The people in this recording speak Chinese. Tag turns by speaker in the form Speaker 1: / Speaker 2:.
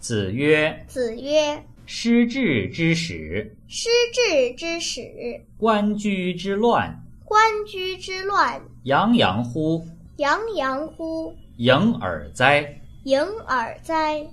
Speaker 1: 子曰
Speaker 2: 子曰：“
Speaker 1: 失治之始，：“
Speaker 2: 失治之始，
Speaker 1: 官居之乱，
Speaker 2: 官居之乱，
Speaker 1: 洋洋乎，
Speaker 2: 洋洋乎，
Speaker 1: 盈耳哉！”
Speaker 2: 盈耳哉！”